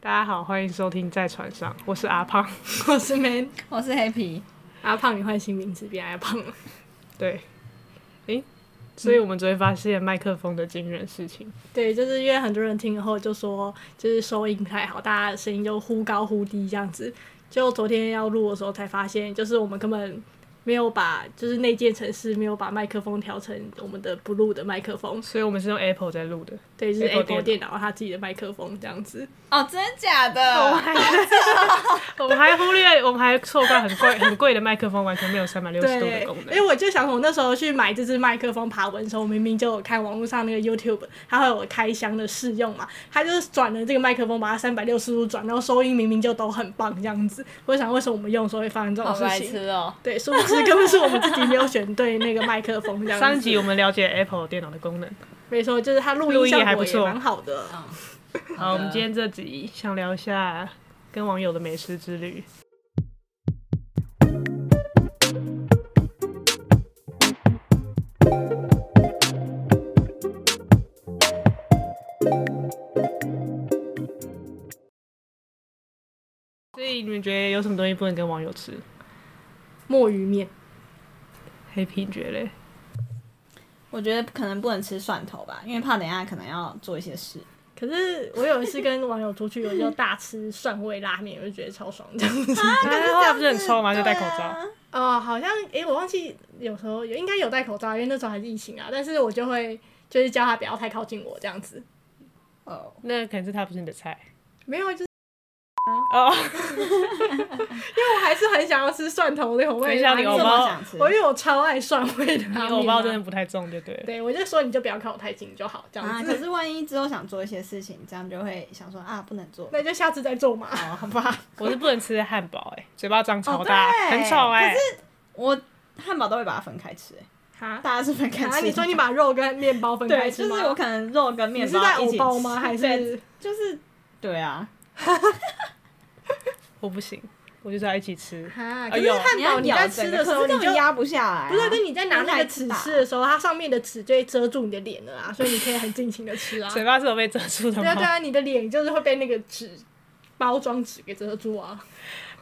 大家好，欢迎收听在船上，我是阿胖。 我是没我是黑皮，阿胖，你换新名字变阿胖了。 对，诶，所以我们昨天发现麦克风的惊人事情。对，就是因为很多人听了后就说，就是收音不太好，大家的声音就忽高忽低这样子。就昨天要录的时候才发现，就是我们根本没有把，就是内建程式没有把麦克风调成我们的 Blue 的麦克风，所以我们是用 Apple 在录的，对，就是 Apple Apple 电脑它自己的麦克风这样子。哦，真的假的？我们还忽略，我们还错怪很贵很贵的麦克风，完全没有三百六十度的对功，因为能。我就想，我那时候去买这支麦克风爬文的时候，我明明就有看网络上那个 YouTube，它会有开箱的试用嘛，它就是转了这个麦克风，把它三百六十度转，然后收音明明就都很棒这样子。我就想，为什么我们用的时候会发生这种好事白情？痴哦！对，殊不知根本是我们自己没有选对那个麦克风 这样子。上一集我们了解 Apple 电脑的功能。没错，就是它录录音音效还不果也错蛮好的。嗯好，我们今天这集想聊一下跟网友的美食之旅。所以你们觉得有什么东西不能跟网友吃？墨鱼面，黑皮你觉得嘞？我觉得可能不能吃蒜头吧，因为怕等一下可能要做一些事。可是我有一次跟网友出去，我就大吃蒜味拉面，我就觉得超爽这样子。哎他啊后来不是很臭吗？就戴口罩。哦，好像诶、我忘记有时候有应该有戴口罩，因为那时候还是疫情啊。但是我就会就是叫他不要太靠近我这样子。哦，那可能是他不是你的菜没有，就是 哦。我还是很想要吃蒜头那种等味一下道。啊你这偶么包想吃？我因为我超爱蒜味的你拉面啊偶包真的不太重，就对了。对，我就说你就不要靠我太近就好，这啊，样可 子。是万一之后想做一些事情，这样就会想说啊，不能做。那就下次再做嘛。哦，好吧。我是不能吃汉堡、哎，嘴巴张超大，哦对很丑哎、可我汉堡都会把它分开吃，哎哈，大家是分开吃的。啊，你说你把肉跟面包分开对，吃就是吗？我可能肉跟你面是在一藕起包吃吗？还对 是就是对啊？我不行，我就是要一起吃。哈？啊可哎是呦汉堡你你要在咬吃整的个时可候是你根就本压不下来啊。不是，跟你在拿那个太大纸吃的时候，它上面的纸就会遮住你的脸了啊，所以你可以很尽情的 吃啊。嘴巴是有被遮住的对啊，对吗？啊，你的脸就是会被那个纸包装纸给遮住啊。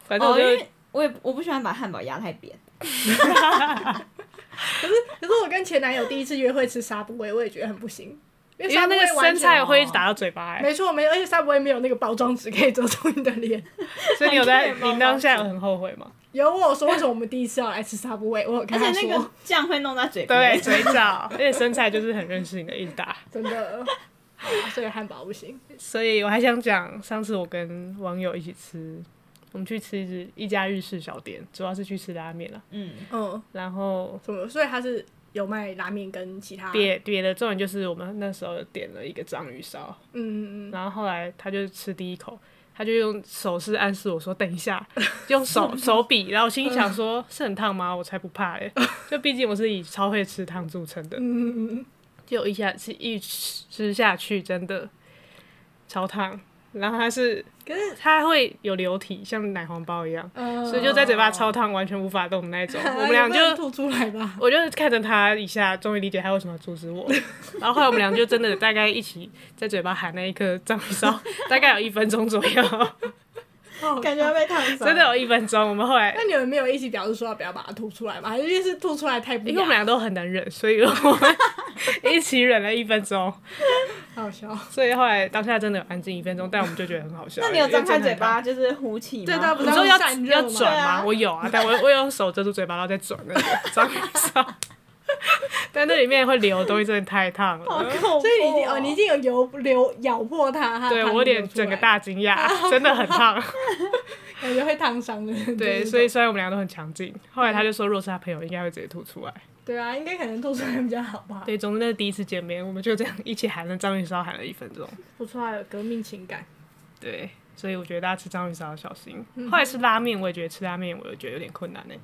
反正我哦，因就、为我也我不喜欢把汉堡压太扁。可是我跟前男友第一次约会吃沙布威，我也觉得很不行，因因为那个沙布威完生全菜会一直打到嘴巴、哎，没错，没有，而且沙布威没有那个包装纸可以遮住你的脸。所以你有在很可以你当下有很后悔吗？有我有说为什么我们第一次要来吃沙布威，我有而跟且他那说个，酱会弄在嘴对， 边，嘴角，而且生菜就是很认识你的，一直打。真的，好啊所以汉堡 不行。所以我还想讲，上次我跟网友一起吃，我们去吃一只一家日式小店，主要是去吃拉面了。嗯，嗯，然后怎么？所以他是有卖拉面跟其他，嗯别别的重点就是我们那时候点了一个章鱼烧，嗯嗯，然后后来他就吃第一口，他就用手势暗示我说等一下，用 手手比，然后我心里想说是很烫吗？我才不怕嘞， 就毕竟我是以超会吃汤著称嗯的，就一下吃一吃下去真的超烫，然后它是可是它会有流体，像奶黄包一样，呃，所以就在嘴巴超烫，完全无法动的那 种。我们俩也不能就。吐出来吧。我就看着他一下，终于理解他为什么要阻止 我。然后后来我们俩就真的大概一起在嘴巴喊那一颗章鱼烧，大概有一分钟左 右，哦感觉会被烫伤。真的有一分钟。我们后来那，你们没有一起表示说要不要把它吐出来吗？还是因为是吐出来太不因为我雅们俩都很能忍，所以我们一起忍了一分钟。好笑？所以后来当下真的有安静一分钟，但我们就觉得很好笑。那你有张开因为真嘴的很巴就是呼气吗？对对啊不烫？你说要散热要吗转对吗？啊我有啊，但我我用手遮住嘴巴，然后再转那个章鱼 烧。但那里面会流的东西真的太烫了，好恐怖！所以你已经哦，你已经有油流咬破它，它对它我有点整个大惊 哦讶，真的很烫。流出来感觉会烫伤的。对，所以虽然我们俩都很强劲，后来他就说，如果是他朋友，应该会直接吐出来。对啊，应该可能吐出来比较好吧？对，总之那是第一次见面，我们就这样一起喊了章鱼烧，喊了一分钟。吐出来有革命情感。对，所以我觉得大家吃章鱼烧要小心。后来吃拉面，我也觉得吃拉面，我就觉得有点困难呢、欸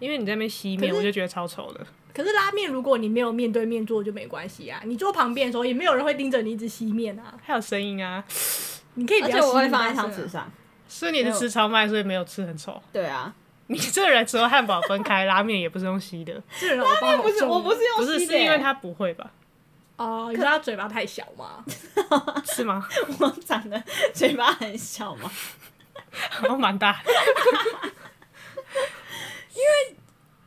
因为你在那边吸面，可是我就觉得超丑的。可是拉面，如果你没有面对面做就没关系啊，你坐旁边的时候也没有人会盯着你一直吸面啊，还有声音啊，你可以不而要且吸我会面放在大汤声啊匙上。所以你是吃超慢，所以没有吃很丑。对啊， 你这人除了汉堡分开，拉面也不是用吸的，这人我包好不是，重啊我不是不用是吸是因为的，欸他不会吧？哦，你说他嘴巴太小吗？是吗？ 我长得嘴巴很小嘛，好像蛮大的，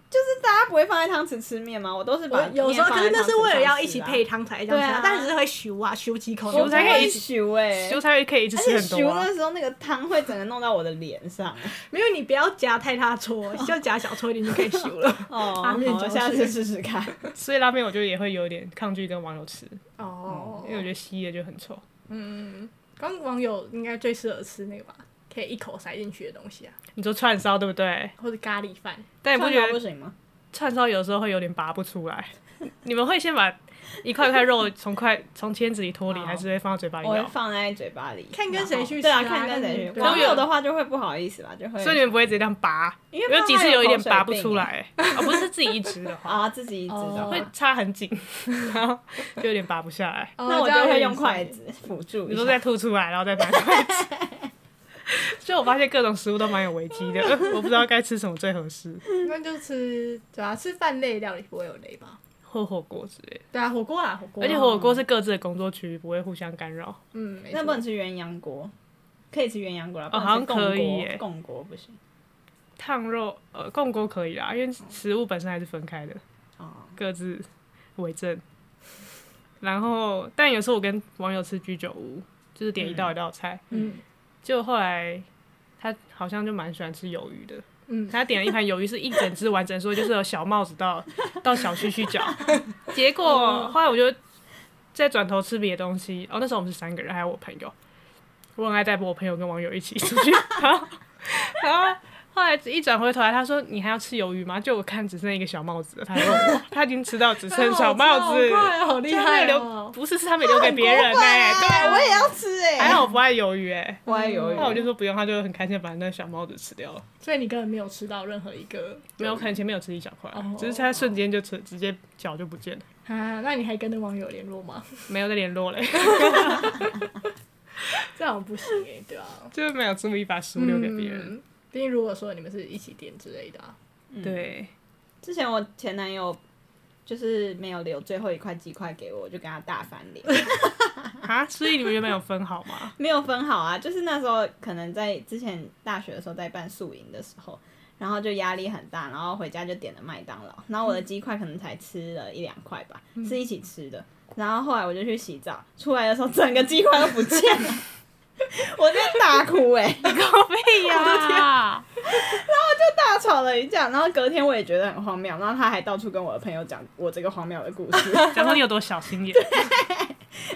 就是大家不会放在汤匙吃面吗？我都是把面有时候，可是那是放为在汤匙了要上一起吃啊配汤才这样吃、对啊但只是会咻啊咻几口，咻我然后才可以一不会咻哎、修才可以一直而吃且很多咻啊、的时候，那个汤会整个弄到我的脸上。没有你不要夹太大 撮，就夹小撮一点就可以咻了。哦，啊面好，交下次试试看。所以拉面我就也会有点抗拒跟网友吃， 哦因为我觉得吸的就很臭。嗯，刚网友应该最适合吃那个吧，可以一口塞进去的东西啊，你说串烧对不对？或者咖喱饭。但你不觉蒜头不得行吗？串烧有时候会有点拔不出来？ 你们会先把一块块肉从块从签子里脱离，好还是会放到嘴巴里我会咬？放在嘴巴里，看跟谁去吃然后对啊啊，看跟谁去。看网对啊友的话就会不好意思吧，就会所以你们不会直接这样拔？因为有怕几次他有有一点口水拔不病出 来、啊、不是自己一直的话，啊，自己一直的哦话会，插很紧， 然后就有点拔不下来。哦那我这样就有会点用筷酸子辅助你一说下再。吐出来，然后再拔出来吃。 所以我发现各种食物都蛮有危机的，呃我不知道该吃什么最合适，那就吃，主要吃饭类料理不会有雷吧？或火锅之类的。对啊，火锅啊，火锅啊。而且火锅是各自的工作区域，不会互相干扰。嗯，没那错不能吃鸳鸯锅，可以吃鸳鸯锅啦，不哦好像能吃贡锅可以耶贡锅不行。烫肉呃，共锅可以啦，因为食物本身还是分开的，哦，各自为政。然后，但有时候我跟网友吃居酒屋，就是点一道一道菜，嗯就后来他好像就蛮喜欢吃鱿鱼的，嗯，他点了一盘鱿鱼是一整只完整，所以就是有小帽子到到小须须角。结果哦后来我就再转头吃别的东西。哦，那时候我们是三个人，还有我朋友，我很爱带我朋友跟网友一起出去。然后，然后后来一转回头来，他说：“你还要吃鱿鱼吗？”就我看只剩一个小帽子了，他还问 我，他已经吃到只哎剩小帽子，好快嗯哦好厉他没害有留，哦！不是是他没留给别人呢、对哎，啊我也要吃哎，还好我不爱鱿鱼哎、我爱鱿鱼。那我就说不用，他就很开心地把那个小帽子吃掉了。所以你根本没有吃到任何一个没有，可能前面有吃一小块哦，只是他瞬间就吃，直接脚就不见了，啊？那你还跟那网友联络吗？没有再联络嘞， 这样不行哎，对啊，就是没有这么一把食物留给别人。嗯。毕竟如果说你们是一起点之类的啊，嗯对，之前我前男友就是没有留最后一块鸡块给我，我就跟他大翻脸，啊，所以你们原本有分好吗？没有分好啊。就是那时候可能在之前大学的时候在办宿营的时候，然后就压力很大，然后回家就点了麦当劳，然后我的鸡块可能才吃了一两块吧，是一起吃的。然后后来我就去洗澡，出来的时候整个鸡块都不见了，我在大哭哎、对呀，大吵了一架，然后隔天我也觉得很荒谬，然后他还到处跟我的朋友讲我这个荒谬的故事。想说你有多小心眼，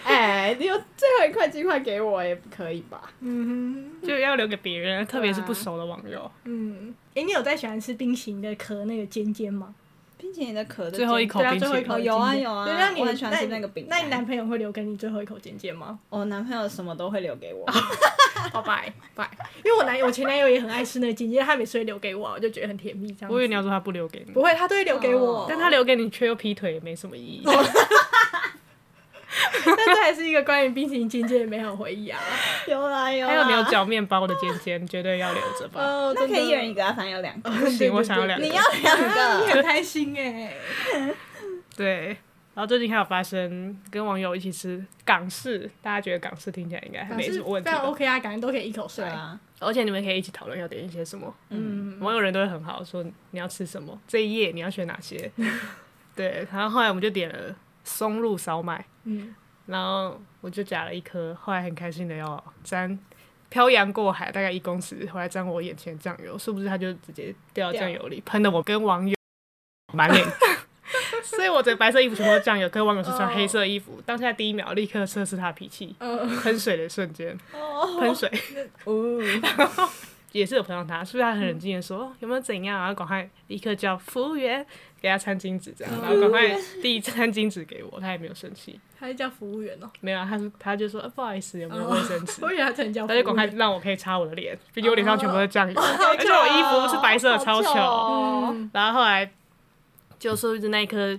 哎、你有最后一块鸡块给我也不可以吧？嗯就要留给别人，特别是不熟的网友，嗯。哎，你有在喜欢吃冰淇淋的壳那个尖尖吗？冰淇淋的壳的最后一口对尖啊，冰淇最淋后一口哦有啊尖尖有啊对那你我很喜欢吃你那个饼那干你男朋友会留给你最后一口尖尖吗？我男朋友什么都会留给哦拜我，拜拜，因为我男我前男友也很爱吃那个尖尖，他每次会留给我啊，我就觉得很甜蜜这样子。我以为你要说他不留给你不，会，他都会 留给我，哦但他留给你却又劈腿，也没什么意义。但这还是一个关于冰淇淋尖尖的美好回忆 啊。有啦有啦。还有牛，角面包的尖尖，绝对要留着吧。哦，那可以一人一个，个啊，反正有两个。不行，我想要两你个要。两啊个，很开心哎、欸对，然后最近还有发生跟网友一起吃港式，大家觉得港式听起来应该没什么问题非吧常 OK 啊，感觉都可以一口对塞。啊，而且你们可以一起讨论要点一些什么，嗯，网友人都会很好说你要吃什么，这一页你要选哪些。对，然后后来我们就点了松露烧麦，嗯，然后我就夹了一颗，后来很开心的要沾漂洋过海大概一公尺，回来沾我眼前的酱油，是不是它就直接掉到掉酱油里，喷的我跟网友满脸。所以我的白色衣服全部都是酱油，跟网友是穿黑色衣服。当下第一秒立刻测试他的脾气，嗯呃，喷水的瞬间，哦，喷水。哦，嗯也是有朋友他，是不是他很冷静的嗯说、哦有没有怎样啊，然后赶快立刻叫服务员给他餐巾纸这样，嗯然后赶快递餐巾纸给我，他也没有生气，他是叫服务员哦、没有啊，他他就说、呃不好意思，有没有卫生纸 哎我？以为他真的叫服他务就赶快员。让我可以擦我的脸，毕竟我脸上全部都是酱油，好而且糗我哦衣服是白色的，超好糗糗。哦嗯，然后后来就殊不知那一颗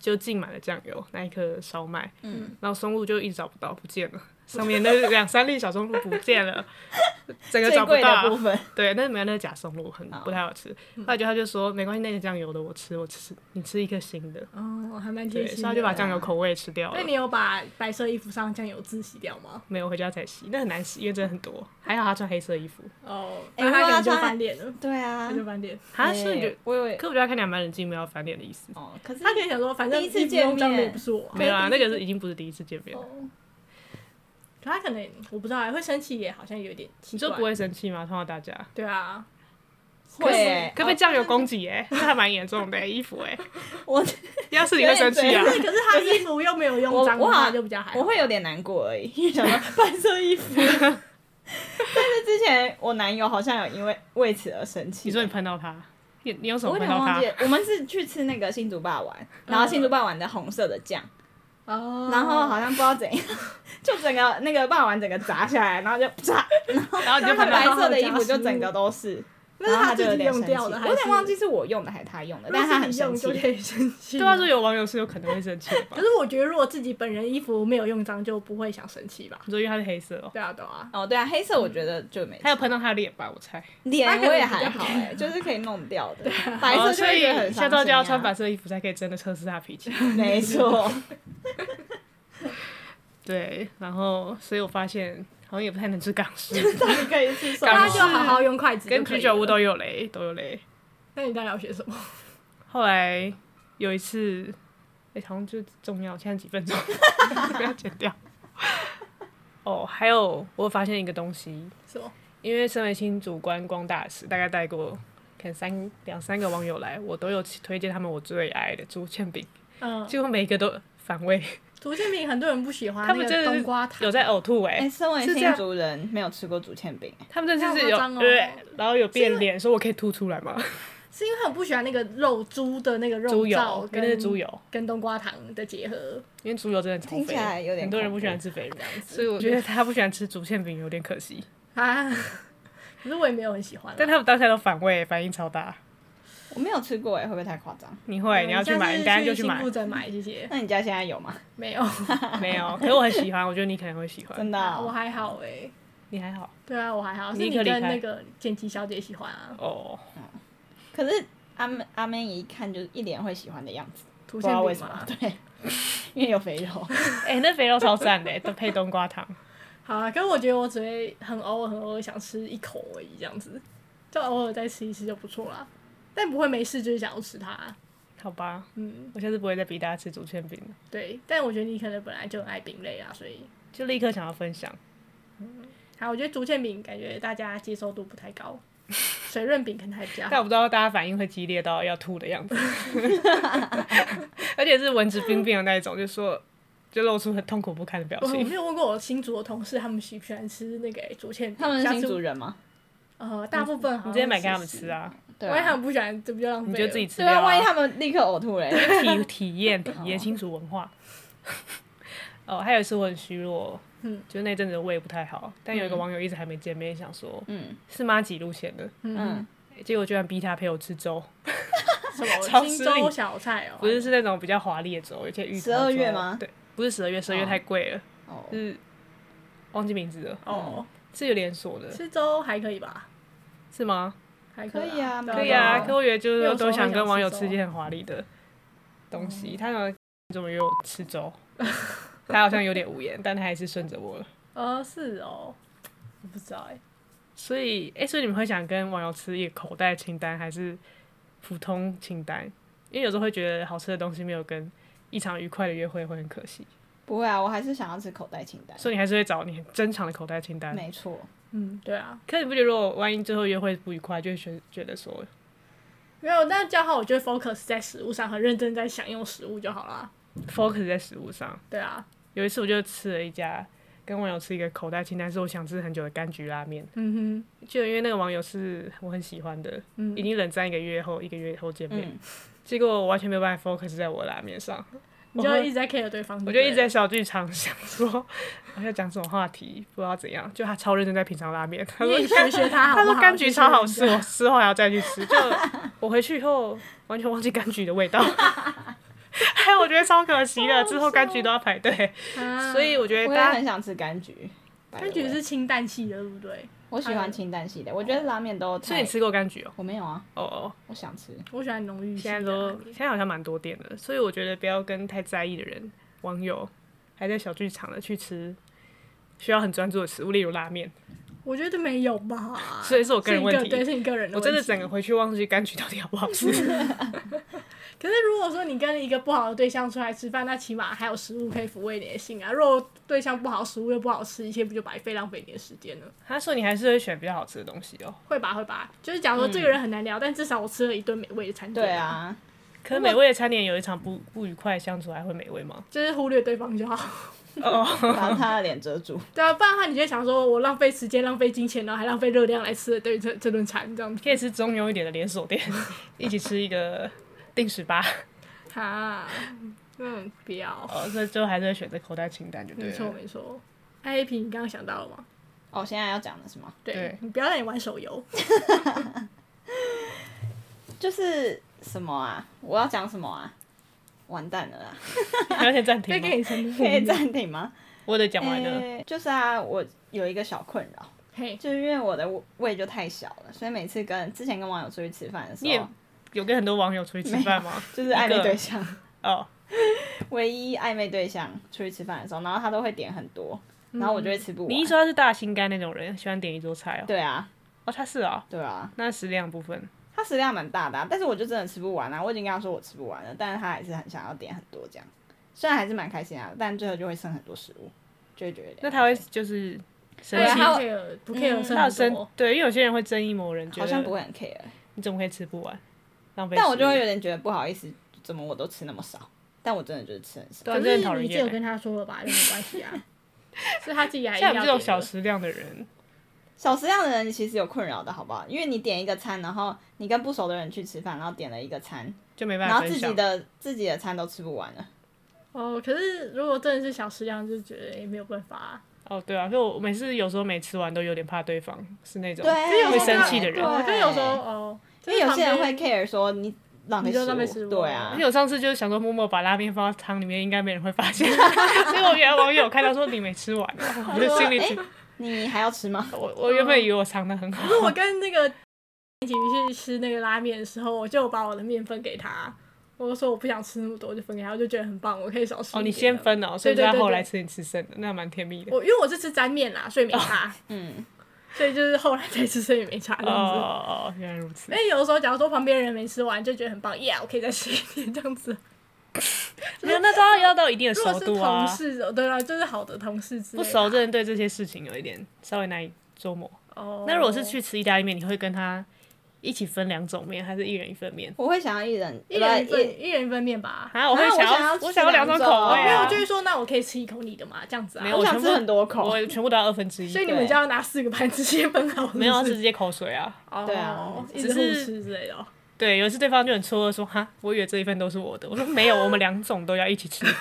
就浸满了酱油，那一颗烧麦，嗯，然后松露就一直找不到，不见了。上面那两三粒小松露不见了，整个最找不贵到啊的。部 分，对，那没有那个假松露很好不太好吃。后来就他就说没关系，那个酱油的我吃，我吃你吃一颗新的。哦，还蛮对，贴所以心他的。就把酱油口味吃掉了那。你有把白色衣服上酱油渍洗掉吗？没有回家才洗，那很难洗，因为真的很多。还好他穿黑色衣服。哦，哎那他可能就如果他穿翻脸了，对啊他就翻脸。啊，所以你就，啊我以为可我觉得他看起来蛮冷静，没有翻脸的意思。哦，可是他可以想说，反正第一次衣服见用脏的也面不是我啊。没有啊，可那以个是已经不是第一次见面了。哦可他可能我不知道欸，会生气也好像有点奇你怪。说不会生气吗？碰到大家，对啊，会哎欸哦可被酱油攻击哎，那还蛮严重的欸衣服哎。我要是你会生气啊有？对，可是他衣服又没有用脏的我我好话，像就比较还好我会有点难过而已，因为 想到白色衣服。但是之前我男友好像有因为为此而生气。你说你碰到他，你你用什我么有碰点到忘他嗯记？了，我们是去吃那个新竹霸王，然后新竹霸王的红色的酱，哦，然后好像不知道怎样， 就整个那个霸王整个砸下来，然后就 啪，然后你就他碰白到，色的衣服就整个都是。那是然后他就自有己点生用气，掉的，我有点忘记。是我用的还是他用的，但是他很用生就气。可以生气。对他说有网友是有可能会生气的吧可？是我觉得如果自己本人衣服没有用脏，就不会想生气吧？你说因为他是黑色哦，对啊，对啊。哦，对啊，黑色我觉得就嗯没差。他有碰到他的脸吧？我猜。脸他可我也能比还较啊好偏哎、就是可以弄掉的。白哦色就所会以觉得很下伤周就心要啊穿白色衣服才可以真的测试他脾气。没错，对，然后所以我发现好像也不太能吃港式，到底可以吃 什感那觉就好好用筷子就跟可以居了。酒屋都有雷，都有雷。那你到底要学什么？后来有一次，哎、好像就重要，现在几分钟， 不要剪掉。哦，还有我有发现一个东西，什么？因为身为新主观光大使，大概带过可能三两三个网友来，我都有推荐他们我最爱的竹签饼，嗯，结果每一个都反胃，竹签饼很多人不喜欢，他们真那的个是冬瓜糖有在呕吐哎、哎、身为是这新样竹人，没有吃过竹签饼、哎他们真的就是这有、样夸张哦对，然后有变脸，说我可以吐出来吗？是因为很不喜欢那个肉猪的那个肉猪燥油，因为那跟是猪油，跟冬瓜糖的结合，因为猪油真的超听起肥，来有点很多人恐不喜欢怖吃肥肉这，样子所以我觉得他不喜欢吃竹签饼有点可惜。啊。 可是我也没有很喜欢啊，但他们当下都反胃，反应超大。我没有吃过、哎，会不会太夸张？你会，嗯你要去买，你等下就去买 新。富再买，谢谢。那你家现在有吗？没有，没有，可是我很喜欢，我觉得你可能会喜欢。真的啊哦、我还好哎、你还好对啊，我还好，是尼你克离跟开那个剪辑小姐喜欢啊，哦，可是阿妹阿妹一看就是一脸会喜欢的样子，图不知片道为饼什么 嘛。，对， 因为有肥肉。哎，那肥肉超赞的，都配冬瓜汤。好啊，可是我觉得我只会很偶尔、很偶尔想吃一口而已，这样子，就偶尔再吃一次就不错啦。但不会没事就是想要吃它啊，好吧，嗯，我下次不会再逼大家吃竹签饼了，对。但我觉得你可能本来就很爱饼类啊，所以就立刻想要分享。好，我觉得竹签饼感觉大家接受度不太 高，水润饼可能还比较但我好。不知道大家反应会激烈到要吐的样子， 而且是文质彬彬的那一种，就说就露出很痛苦不堪的表我我哦情。没有问过我新竹的同事，他们喜不喜欢吃那个欸竹签饼？他们是下新次竹人吗？呃，大部分好像你直接买给他们是吃啊，对我也啊，很不喜欢，这不就浪费？你就自己。吃对掉啊，万一啊。他们立刻呕吐嘞、 体体验体验清楚文化。哦，还有一次我很虚弱，嗯，就是那阵子胃不太好，但有一个嗯网友一直还没见面，想说嗯是妈几路线的，嗯，嗯，结果居然逼他陪我吃粥，什 超么失新礼州小菜哦，不是是那种比较华丽的粥，而且芋头12月粥啊吗对，不是十二月，十二月哦太贵了，哦，是忘记名字了，哦，是有连锁的，吃粥还可以吧？是吗？还可以啊对可以哦啊，可我以为就是因为说我都说想我跟想网吃友粥吃一些很华丽的东西，他想怎么约我吃粥，他好像有点无言，但他还是顺着我了。呃，是哦，我不知道哎，所以，哎、所以你们会想跟网友吃一个口袋清单，还是普通清单？因为有时候会觉得好吃的东西没有跟一场愉快的约会会很可惜，不会啊，我还是想要吃口袋清单。所以你还是会找你很珍藏的口袋清单。没错，嗯，对啊，可你不觉得，如果万一最后约会不愉快，就会觉觉得说，没有，但叫好我就会 focus 在食物上，很认真在享用食物就好啦。 focus 在食物上。对啊，有一次我就吃了一家跟网友吃一个口袋清单，是我想吃很久的柑橘拉面，嗯就因为那个网友是我很喜欢的，嗯已经冷战一个月后，一个月后见面，嗯，结果我完全没有办法 focus 在我的拉面上。哼，你就会一直在 care 对方，我就对一直不嗯对在小剧场想说，我要讲什么话题，不知道怎样。就他超认真在品尝拉面，他你说也学学他好 他不说好？柑橘超好吃，就是我吃 后还要再去吃。就我回去以后完全忘记柑橘的味道，还有啊，我觉得超可惜的，之后柑橘都要排队，啊所以我觉我得也大很家想吃柑橘，柑橘是清淡系的，对不对？我喜欢清淡系的，我觉得拉面都所以太你。吃过柑橘哦、我没有啊，哦哦，我想吃。我喜欢浓郁系现的啊。在都现在好像蛮多店的，所以我觉得不要跟太在意的人、网友还在小剧场的去吃需要很专注的食物，例如拉面。我觉得没有吧，所以是我个人问题是你对，是你啊个人的我问题。真的整个回去忘记柑橘到底好不好吃。 可是如果说你跟一个不好的对象出来吃饭，那起码还有食物可以抚慰你的心啊。如果对象不好，食物又不好吃，一切不就白费浪费你的时间了？他说你还是会选比较好吃的东西哦、会吧，会吧。就是假如说这个人很难聊，但至少我吃了一顿美味的餐点。对，啊，可是美味的餐点有一场不不愉快的相处还会美味 吗？就是忽略对方就好。哦把啊他的脸遮住。对啊，不然的话你就会想说，我浪费时间、浪费金钱，然后还浪费热量来吃了对这这顿餐这样子。可以吃中庸一点的连锁店，一起吃一个定时吧。哈，嗯，不要。哦，所以最后还是会选择口袋清单就对没错，了。没错。艾平，你刚刚想到了吗？哦，现在要讲的是吗？对，对你不要让你玩 手游。就是什么啊？我要讲什么啊？完蛋了啦！你要先暂 再停吗给？你成可以暂停吗？我得讲完了。哎诶就是啊，我有一个小困扰，嘿，就是因为我的胃就太小了，所以每次跟之前跟网友出去吃饭的时你也候，有跟很多网友出去吃饭吗？就是暧昧一个对象，哦，唯一暧昧对象出去吃饭的时候，然后他都会点很多，嗯然后我就会吃不嗯完。你一说他是大心肝那种人，喜欢点一桌菜哦。啊对啊，哦，他是哦，对啊，那食量部分，他食量蛮大的、啊，但是我就真的吃不完啊！我已经跟他说我吃不完了，但是他还是很想要点很多这样。虽然还是蛮开心啊，但最后就会剩很多食物，就会觉得有点那他会就是生对对气，哎他不会 care 不 care 他有生生活，对，因为有些人会争议某人，觉好像不得会很 care，你怎么可以吃不完，浪费食物。但我就会有点觉得不好意思，怎么我都吃那么少？但我真的就是吃很少。对啊可这很讨是人你自有厌欸。跟他说 了吧，有没有关系啊？是他自己还像我硬们要这种点小的食量的人，小食量的人其实有困扰的好不好？因为你点一个餐，然后你跟不熟的人去吃饭，然后点了一个餐，就没办然法后分自己享。的自己的餐都吃不完了。哦。可是如果真的是小食量，就觉得也没有办法啊。哦，对啊，所以我每次有时候没吃完都有点怕对方是那种对有哎会时候生就气的人。对，对就有时候哦，因为有些就是人会旁边 care 说你浪费你就浪费食物对而啊且，我上次就是想说，默默把拉面放到汤里面，应该没人会发 现。所以我原来网友看到说你没吃完啊，我就心里只哎你还要吃吗？我我原本以为我藏的很好， 我跟那个一起去吃那个拉面的时候，我就把我的面分给他。我就说我不想吃那么多，我就分给他，我就觉得很棒，我可以少吃。哦，你先。分哦，所以啊对对他对后来对吃你吃剩的，那蛮甜蜜的。我因为我是吃沾面啦，所以没差，嗯，所以就是后来才吃，所以没差这哦样子。哦，哦原来如此哎、。有的时候，假如说旁边人没吃完，就觉得很棒，耶、我可以再吃一点这 样子。没有，那都要要到一定的如果熟是度啊同。事，哦，对啦，就是好的同事之类不的啊熟的人对这些事情有一点稍微难以捉摸。哦。那如果是去吃意大利面，你会跟他一起分两种啊面，还是一人一份面？我会想要一人一人一不一份，一人一份面吧。啊，我会啊我想想要要吃我想要两种两口种味没有，啊我就，是说，那我可以吃一口你的嘛，这样子啊。没有我我想全吃部很多 口。我全部都要二分之一。所以你们对就要拿四个盘子先分好，没有是要不是是直接口水啊。哦，对啊一只直是互吃之类的哦。对，有一次对方就很错愕说：“哈，我以为这一份都是我的。”我说：“没有，我们两种都要一起吃。 啊，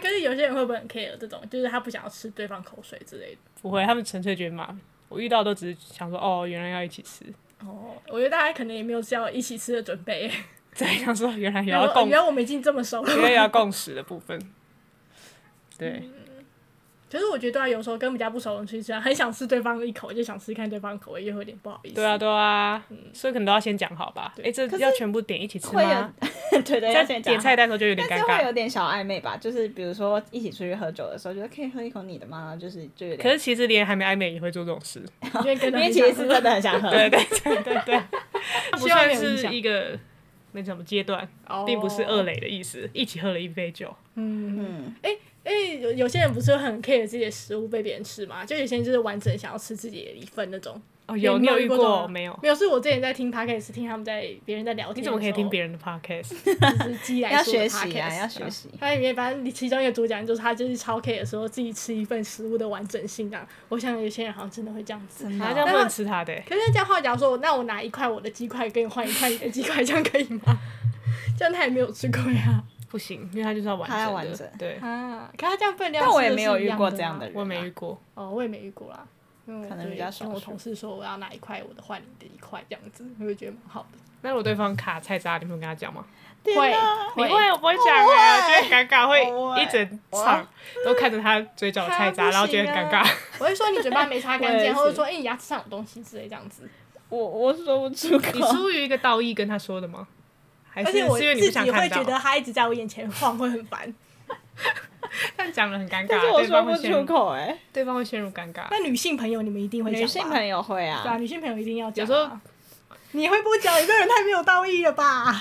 可是有些人会不会很 care 这种，就是他不想要吃对方口水之类的。”不会，他们纯粹觉得嘛，我遇到都只是想说：“哦，原来要一起吃。哦，我觉得大家可能也没有要一起吃的准备，”对，想说原来也然要后共，哦原来我们已经这么熟了。原来也要共识的部分。对，可是我觉得对啊，有时候跟比较不熟的人出去吃啊饭，很想吃对方一口，就想吃看对方口味，又有点不好意思。对啊，，对啊，所以可能都要先讲好吧。哎，这可是要全部点一起吃会吗有？ 对对，要在先点讲菜单的时候就有点尴但是会尬有。点小暧昧吧，就是比如说一起出去喝酒的时候，觉得可以喝一口你的吗？然后就是就有点，可是其实连还没暧昧也会做这种事。因为跟因他为很其想实是 真的很想喝，对对对对对，它不希望算没有影是响一个那什么阶段，哦并不是二垒的意思。一起喝了一杯酒，嗯，嗯，因为有有些人不是很 care 自己的食物被别人吃嘛，就有些人就是完整想要吃自己的一份那种。哦，有你你有有遇遇过这种过吗没有？没有，是我之前在听 podcast，听他们在别人在聊天你的时怎候，么可以听别人的 podcast？就是鸡来要说的学习啊， podcast 要学习。它里面反正你其中一个主讲就是他就是超 care 说自己吃一份食物的完整性啊，我想有些人好像真的会这样子。真的好像哦，不能吃他的欸，可是这样话，假如说我那我拿一块我的鸡块跟你换一块你的鸡块，这样 可以吗？这样他也没有吃亏啊。不行，因为他就是要完他要整完的整对，啊，可他这样分量，但我也没有遇过这样的人。人啊，我没遇过。哦，我也没遇过啦。因为可能我比就较少跟我数同事说我要哪一块，我的换你的一块这样子，我就觉得蛮好的。那如果对方卡菜渣，你会跟他讲吗？天会哪你会会，我不会讲啊，觉得很尴尬，我会会一整场都看着他嘴角菜渣，他不行啊然后觉得很尴尬。我会说你嘴巴没擦 我干也是净，或者说哎、你牙齿上有东西之类这样子。我我说不啊出口。 你出于一个道义跟他说的吗？哎还是而是且我因为你自不己想会看觉得到？他一直在我眼前晃会很烦。但讲了很尴尬，但是我对说方不会陷出入，口哎、对方会陷入尴尬。那女性朋友你们一定会讲吧女性朋友会啊，对啊，女性朋友一定要讲、啊。有时候你会不讲，你这个人太没有道义了吧？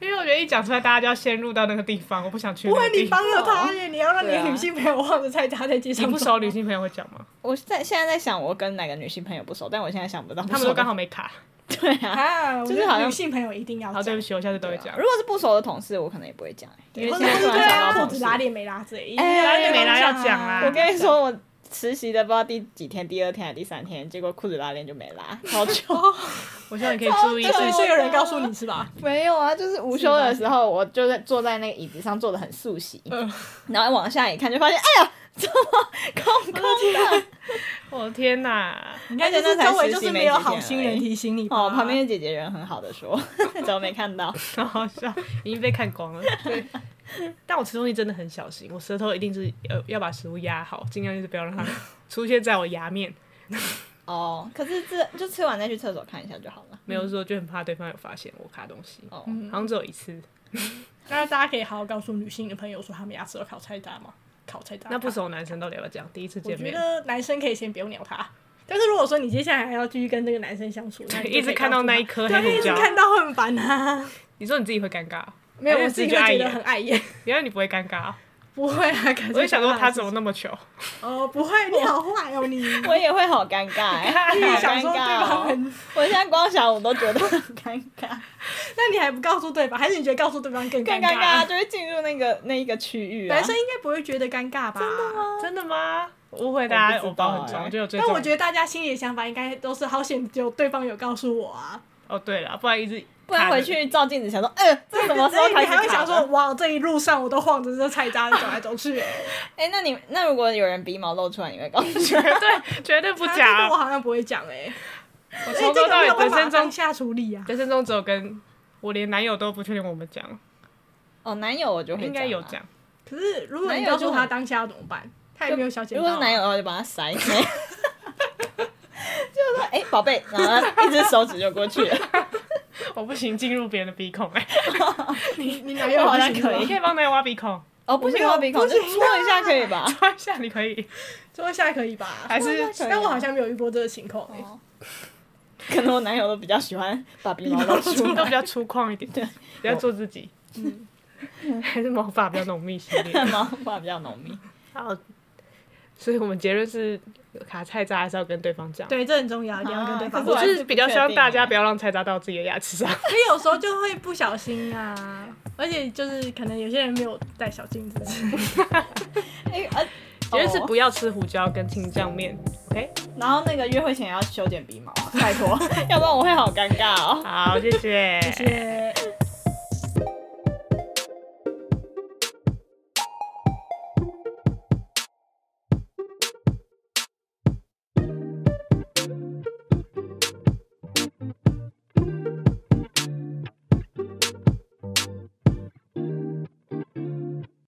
因为我觉得一讲出来，大家就要陷入到那个地方，我不想去不那会个，地你方。帮了他耶，你要让你对的啊女性朋友望着菜渣在街上你不走。熟女性朋友会讲吗？我在现在在想，我跟哪个女性朋友不熟，但我现在想不到。他们都刚好没卡。对啊，啊，就是我觉得好像女性朋友一定要好，讲。对不起，我下次都会对啊讲如。果是不熟的同事，我可能也不会讲、欸。对因为或现者在是突对然想啊，到裤同子事拉链没拉直，一定哎拉链没拉要讲啊啦！我跟你说，我实习的不知道第几天，第二天还是第三天，结果裤子拉链就没拉，好久。我希望你可以注意这自只己。是有人告诉你是吧？ 没有啊，就是午休的时候，我就在坐在那个椅子上坐的很素席，嗯然后往下一看，就发现，哎呀，怎么空空的？我的哦天哪！你看，而且就是那才周围实就习是没没有几天好心而人已提醒你吧。哦，旁边的姐姐人很好的说， 怎么没看到？好好笑，已经被看光了。对， 但我吃东西真的很小心，我舌头一定是呃要把食物压好，尽量就是不要 让它出现在我牙面。哦，可是这就吃完再去厕所看一下就好了。没嗯有说就很怕对方有发现我卡东西，哦，好像只有一次。那大家可以好好告诉女性的朋友说，他们牙齿有烤菜渣吗？烤菜渣。那不熟男生到底要不要讲？第一次我见 觉面，得男生可以先不用鸟他，但是如果说你接下来还要继续跟这个男生相处，那你就一直可以看告到诉那他一颗黑对，一胡直椒，看到会很烦啊。你说你自己会尴尬？没有，还我是自己就会碍觉眼得很碍眼。 原来你不会尴尬，不会啊，感我觉就想说他怎么么那么糗，哦，不会，你好坏哦你。 我也会好尴尬、欸，好你也想尴说对尬方哦、很，我现在光想我都觉得很尴尬， 那你还不告诉对方，还是你觉得告诉对方更 更尴尬就会进入那个那一个区域、啊。啊男生应该不会觉得尴尬吧？ 真的啊吗？真的吗？误会大家，我不我知道包很哎重，就有最欸但重。我觉得大家心里的想法应该都是好险，只有对方有告诉我啊。哦，对了，不然一直 不然回去照镜子想说，嗯、这什么时候所以开你始还会卡想的说，哇，这一路上我都晃着这菜渣走来走去、欸，哎、那你那如果有人鼻毛露出来，你会 告诉绝对绝对不啊这讲个我。好像不会讲哎、欸，我 所以从这头个到没有尾办人法生中当下处理啊。人生中只有跟我连男友都不确定我们讲，哦，男友我就会、应该有。讲。可是如果你告诉他当下要怎么办，他也没有小姐、啊。如果是男友，的话，就把他塞开，就是说，哎、宝贝，然后一只手指就过去了。我不行进入别人的鼻孔、欸，你你男友 我好像不行吗可你以可以帮男友挖鼻孔， 哦，不行，我没有我不鼻孔就行啊戳一下可以吧？抓一下你可以，坐下可以吧？还是 可以啊但我好像没有遇过这个情况、欸。哦可能我男友都比较喜欢把鼻毛露出都来比，较粗犷一点，比较做自己。还是毛发比较浓密系 列。毛发比较浓密。好，所以我们结论是卡菜渣还是要跟对方讲。，对，这很重要，一定要跟对方啊可我说。还是是比较希望大家不不要让菜渣到自己的牙齿上。可是有时候就会不小心啊，而且就是可能有些人没有带小镜 子，哎、呃，结论是哦不要吃胡椒跟青酱面。OK，然后那 个约会前要修剪鼻毛啊，拜托，要不然我会好尴尬哦。好，谢谢， 谢谢。